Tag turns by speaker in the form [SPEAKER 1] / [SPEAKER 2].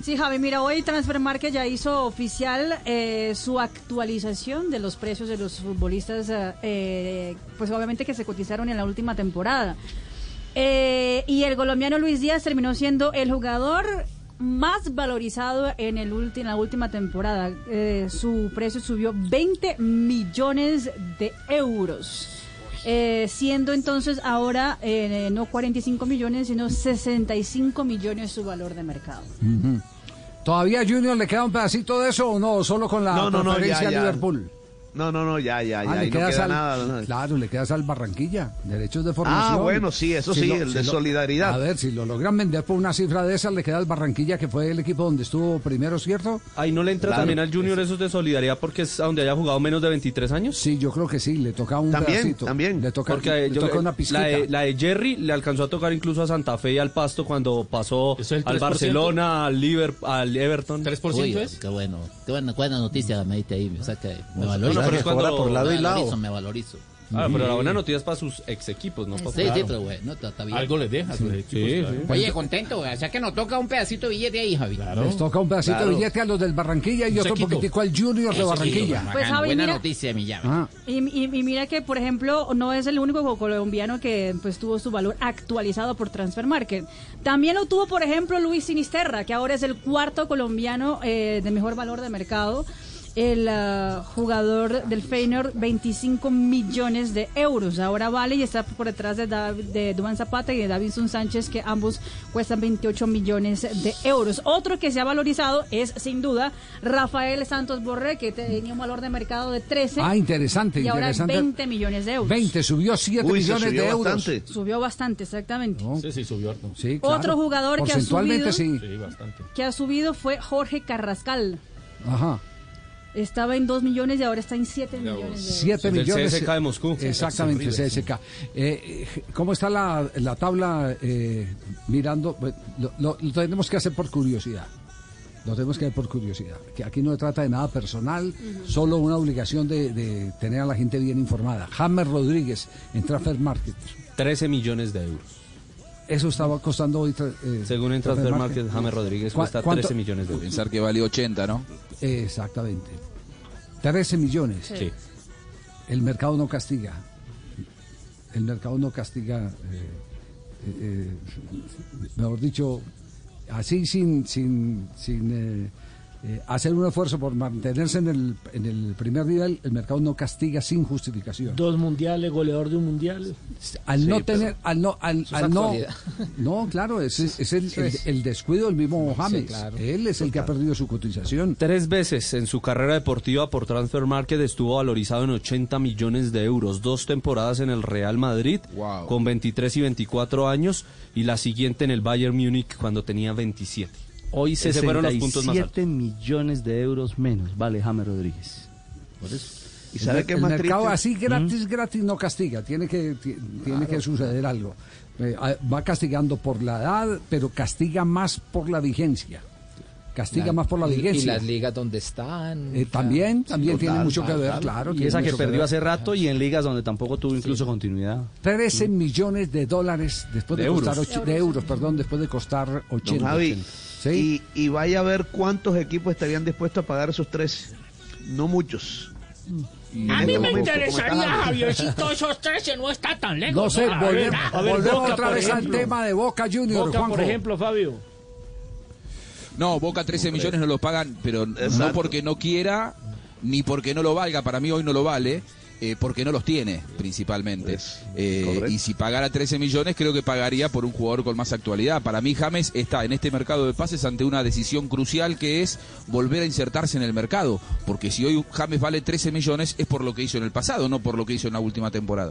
[SPEAKER 1] Sí, Javi, mira, hoy Transfer Market ya hizo oficial eh, su actualización de los precios de los futbolistas, eh, pues obviamente que se cotizaron en la última temporada. Eh, y el colombiano Luis Díaz terminó siendo el jugador más valorizado en, el ulti, en la última temporada. Eh, su precio subió 20 millones de euros. Eh, siendo entonces ahora eh, no 45 millones, sino 65 millones su valor de mercado. Uh
[SPEAKER 2] -huh. ¿Todavía a Junior le queda un pedacito de eso o no? Solo con la
[SPEAKER 3] no, no, no
[SPEAKER 2] ya,
[SPEAKER 3] ya.
[SPEAKER 2] Ah, Liverpool.
[SPEAKER 3] No, no, no, ya, ya,
[SPEAKER 2] ah,
[SPEAKER 3] ya.
[SPEAKER 2] Le
[SPEAKER 3] no
[SPEAKER 2] quedas
[SPEAKER 3] queda
[SPEAKER 2] al,
[SPEAKER 3] nada. no.
[SPEAKER 2] Claro, le quedas al Barranquilla, derechos de formación.
[SPEAKER 3] Ah, bueno, sí, eso
[SPEAKER 2] Si
[SPEAKER 3] sí,
[SPEAKER 2] lo-
[SPEAKER 3] el
[SPEAKER 2] si
[SPEAKER 3] de
[SPEAKER 2] lo-
[SPEAKER 3] solidaridad.
[SPEAKER 2] A ver, si lo logran vender por una cifra de esas, le queda al Barranquilla, que fue el equipo donde estuvo primero, ¿cierto?
[SPEAKER 4] Ahí no le entra
[SPEAKER 3] Claro.
[SPEAKER 4] también al Junior esos de solidaridad porque es a donde haya jugado menos de 23 años.
[SPEAKER 2] Sí, yo creo que sí, le toca un
[SPEAKER 3] También,
[SPEAKER 2] pedacito.
[SPEAKER 3] también.
[SPEAKER 2] Le toca,
[SPEAKER 4] Porque
[SPEAKER 2] le
[SPEAKER 4] eh, yo-
[SPEAKER 2] toca una pizquita.
[SPEAKER 4] la, de, la de Jerry le alcanzó a tocar incluso a Santa Fe y al Pasto cuando pasó
[SPEAKER 5] Eso es el
[SPEAKER 4] al
[SPEAKER 5] 3%.
[SPEAKER 4] Barcelona, al Liverpool, al Everton.
[SPEAKER 5] ¿3%
[SPEAKER 6] Uy,
[SPEAKER 5] es?
[SPEAKER 6] qué bueno. Qué buena, buena noticia me diste ahí. Me, saca, me
[SPEAKER 4] Bueno,
[SPEAKER 6] valorizo.
[SPEAKER 4] pero es
[SPEAKER 6] me
[SPEAKER 4] cuando-
[SPEAKER 3] lado y
[SPEAKER 6] valorizo, me valorizo.
[SPEAKER 4] Ah, pero la buena noticia es para sus ex equipos, ¿no?
[SPEAKER 2] pues,
[SPEAKER 6] Sí, sí, pero bueno, está, está bien.
[SPEAKER 5] Algo les deja. los equipos, claro.
[SPEAKER 6] Oye, contento, güey. o sea que nos toca un pedacito de billete ahí, Javi.
[SPEAKER 5] Claro.
[SPEAKER 2] Les toca un pedacito
[SPEAKER 3] Claro.
[SPEAKER 2] de billete a los del Barranquilla y
[SPEAKER 5] Un
[SPEAKER 2] otro
[SPEAKER 5] sequito.
[SPEAKER 2] poquitico al Junior de
[SPEAKER 6] Eso sí,
[SPEAKER 2] Barranquilla.
[SPEAKER 6] bacano,
[SPEAKER 1] Pues, Javi,
[SPEAKER 6] buena
[SPEAKER 1] mira-
[SPEAKER 6] noticia, mi llave.
[SPEAKER 2] Ah,
[SPEAKER 1] Y, y- y mira que, por ejemplo, no es el único colombiano que pues, tuvo su valor actualizado por Transfer Market. También lo tuvo, por ejemplo, Luis Sinisterra, que ahora es el cuarto colombiano eh, de mejor valor de mercado. El ah, jugador del Feyenoord, 25 millones de euros. Ahora vale y está por detrás de, Dav- de Duan Zapata y de Davinson Sánchez, que ambos cuestan 28 millones de euros. Otro que se ha valorizado es, sin duda, Rafael Santos Borré, que tenía un valor de mercado de 13
[SPEAKER 2] ah, interesante,
[SPEAKER 1] y ahora
[SPEAKER 2] interesante.
[SPEAKER 1] 20 millones de euros.
[SPEAKER 2] 20, subió 7
[SPEAKER 3] Uy, se
[SPEAKER 2] millones
[SPEAKER 3] subió
[SPEAKER 2] de euros.
[SPEAKER 3] bastante.
[SPEAKER 1] Subió bastante, exactamente.
[SPEAKER 2] No,
[SPEAKER 5] Sí, sí, subió harto.
[SPEAKER 2] sí, claro.
[SPEAKER 1] Otro jugador que ha
[SPEAKER 2] Porcentualmente
[SPEAKER 1] subido,
[SPEAKER 2] sí.
[SPEAKER 5] Sí, bastante.
[SPEAKER 1] que ha subido fue Jorge Carrascal.
[SPEAKER 2] Ajá.
[SPEAKER 1] Estaba en 2 millones y ahora está en 7 millones de euros.
[SPEAKER 2] 7
[SPEAKER 4] Es el
[SPEAKER 2] millones.
[SPEAKER 4] CSKA de Moscú.
[SPEAKER 2] Exactamente, CSK. Eh, eh, ¿Cómo está la, la tabla eh, mirando? Bueno, Lo, lo- lo tenemos que hacer por curiosidad. Lo tenemos que hacer por curiosidad. Que aquí no se trata de nada personal, solo una obligación de, de tener a la gente bien informada. Hammer Rodríguez en Transfer Market.
[SPEAKER 4] 13 millones de euros.
[SPEAKER 2] Eso estaba costando hoy. tra- eh,
[SPEAKER 4] Según en Transfer Market, James Rodríguez
[SPEAKER 2] ¿Cuá-
[SPEAKER 4] cuesta
[SPEAKER 2] cuánto?
[SPEAKER 4] 13 millones de euros.
[SPEAKER 7] Pensar que vale 80, ¿no?
[SPEAKER 2] Exactamente. 13 millones.
[SPEAKER 4] Sí.
[SPEAKER 2] El mercado no castiga. El mercado no castiga. eh, eh, eh, mejor dicho, así sin, sin, sin eh, eh, hacer un esfuerzo por mantenerse en el, en el primer nivel, el mercado no castiga sin justificación.
[SPEAKER 8] Dos mundiales, goleador de un mundial.
[SPEAKER 2] Al no tener, al no, al,
[SPEAKER 6] Eso es
[SPEAKER 2] al no,
[SPEAKER 6] actualidad.
[SPEAKER 2] no, claro, es, es- es el, el- el descuido del mismo James.
[SPEAKER 6] claro.
[SPEAKER 2] Él es el que ha perdido su cotización.
[SPEAKER 4] Tres veces en su carrera deportiva por Transfer Market estuvo valorizado en 80 millones de euros, dos temporadas en el Real Madrid
[SPEAKER 7] Wow.
[SPEAKER 4] con 23 y 24 años y la siguiente en el Bayern Múnich cuando tenía 27. Hoy se fueron los puntos más altos.
[SPEAKER 9] 67 millones de euros menos, vale, James Rodríguez. Por eso.
[SPEAKER 3] ¿Y sabe
[SPEAKER 2] el,
[SPEAKER 3] qué
[SPEAKER 2] el
[SPEAKER 3] es más
[SPEAKER 2] mercado
[SPEAKER 3] triste?
[SPEAKER 2] así gratis, gratis no castiga, tiene que, ti- tiene que suceder algo. Eh, a- va castigando por la edad, pero castiga más por la vigencia. Castiga más por la
[SPEAKER 6] Y- Y
[SPEAKER 2] vigencia.
[SPEAKER 6] las ligas donde están.
[SPEAKER 2] Eh, también, también tiene
[SPEAKER 9] total,
[SPEAKER 2] mucho que ver,
[SPEAKER 9] total.
[SPEAKER 2] claro.
[SPEAKER 9] Y
[SPEAKER 2] tiene
[SPEAKER 9] esa que
[SPEAKER 2] mucho
[SPEAKER 9] perdió
[SPEAKER 2] ver.
[SPEAKER 9] hace rato y en ligas donde tampoco tuvo incluso continuidad.
[SPEAKER 2] 13 millones de dólares después de,
[SPEAKER 4] De euros.
[SPEAKER 2] costar ocho- de euros, perdón, después de costar 80.
[SPEAKER 3] Don Javi,
[SPEAKER 2] Sí.
[SPEAKER 3] y, y vaya a ver cuántos equipos estarían dispuestos a pagar esos tres. No muchos.
[SPEAKER 8] A mí
[SPEAKER 3] Como-
[SPEAKER 8] me
[SPEAKER 3] como- como
[SPEAKER 8] interesaría,
[SPEAKER 3] está Javi.
[SPEAKER 8] Javiercito, esos 13 no está tan lejos.
[SPEAKER 2] No sé,
[SPEAKER 8] A
[SPEAKER 2] volve-
[SPEAKER 8] ver, a ver,
[SPEAKER 2] volvemos
[SPEAKER 8] Boca,
[SPEAKER 2] otra
[SPEAKER 8] por
[SPEAKER 2] vez
[SPEAKER 8] ejemplo.
[SPEAKER 2] al tema de Boca Junior,
[SPEAKER 8] Boca, por
[SPEAKER 2] Juanjo.
[SPEAKER 8] ejemplo, Fabio.
[SPEAKER 7] No, Boca 13 millones no lo pagan, pero
[SPEAKER 3] Exacto.
[SPEAKER 7] no porque no quiera, ni porque no lo valga, para mí hoy no lo vale, eh, porque no los tiene principalmente.
[SPEAKER 3] Es
[SPEAKER 7] Eh,
[SPEAKER 3] correcto.
[SPEAKER 7] y si pagara 13 millones, creo que pagaría por un jugador con más actualidad. Para mí James está en este mercado de pases ante una decisión crucial que es volver a insertarse en el mercado, porque si hoy James vale 13 millones es por lo que hizo en el pasado, no por lo que hizo en la última temporada.